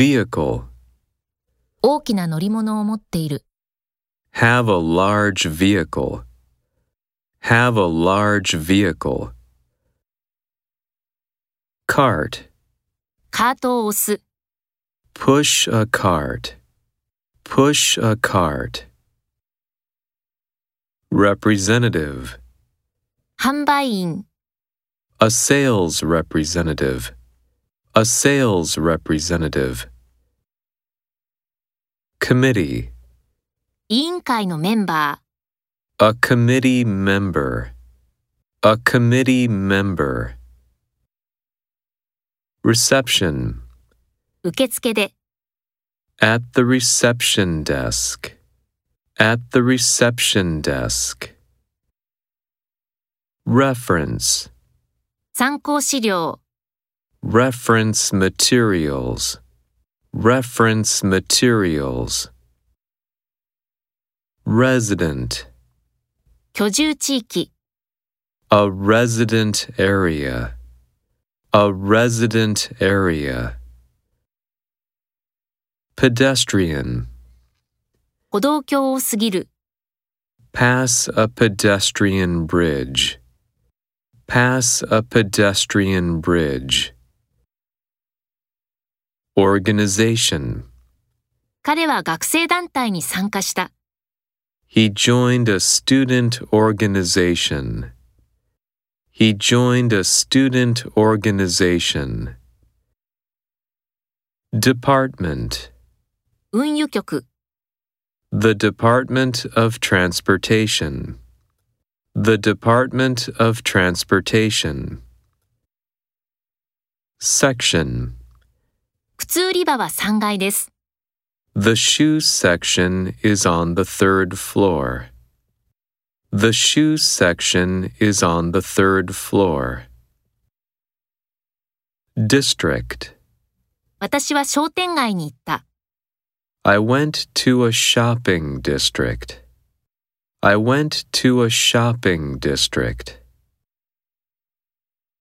Vehicle. 大きな乗り物を持っている。 Have a large vehicle. Have a large vehicle. Cart. カートを押す。 Push a cart. Push a cart. Representative. 販売員。 A sales representative. A sales representative. Committee. 委員会のメンバ A committee member. A committee member. Reception. ー。受付で。 At the reception desk. At the reception desk. Reference. 参考資料。 Reference materials. Reference materials. Resident. 居住地域。 A resident area. A resident area. Pedestrian. 歩道橋を過ぎる。 Pass a pedestrian bridge. Pass a pedestrian bridge. Organization. 彼は学生団体に参加した。 He joined a student organization. He joined a student organization. Department. 運輸局。 The Department of Transportation. The Department of Transportation. Section. 靴売り場は3階です。 The shoe section is on the third floor. The shoe section is on the third floor. District. 私は商店街に行った。 I went to a shopping district. I went to a shopping district.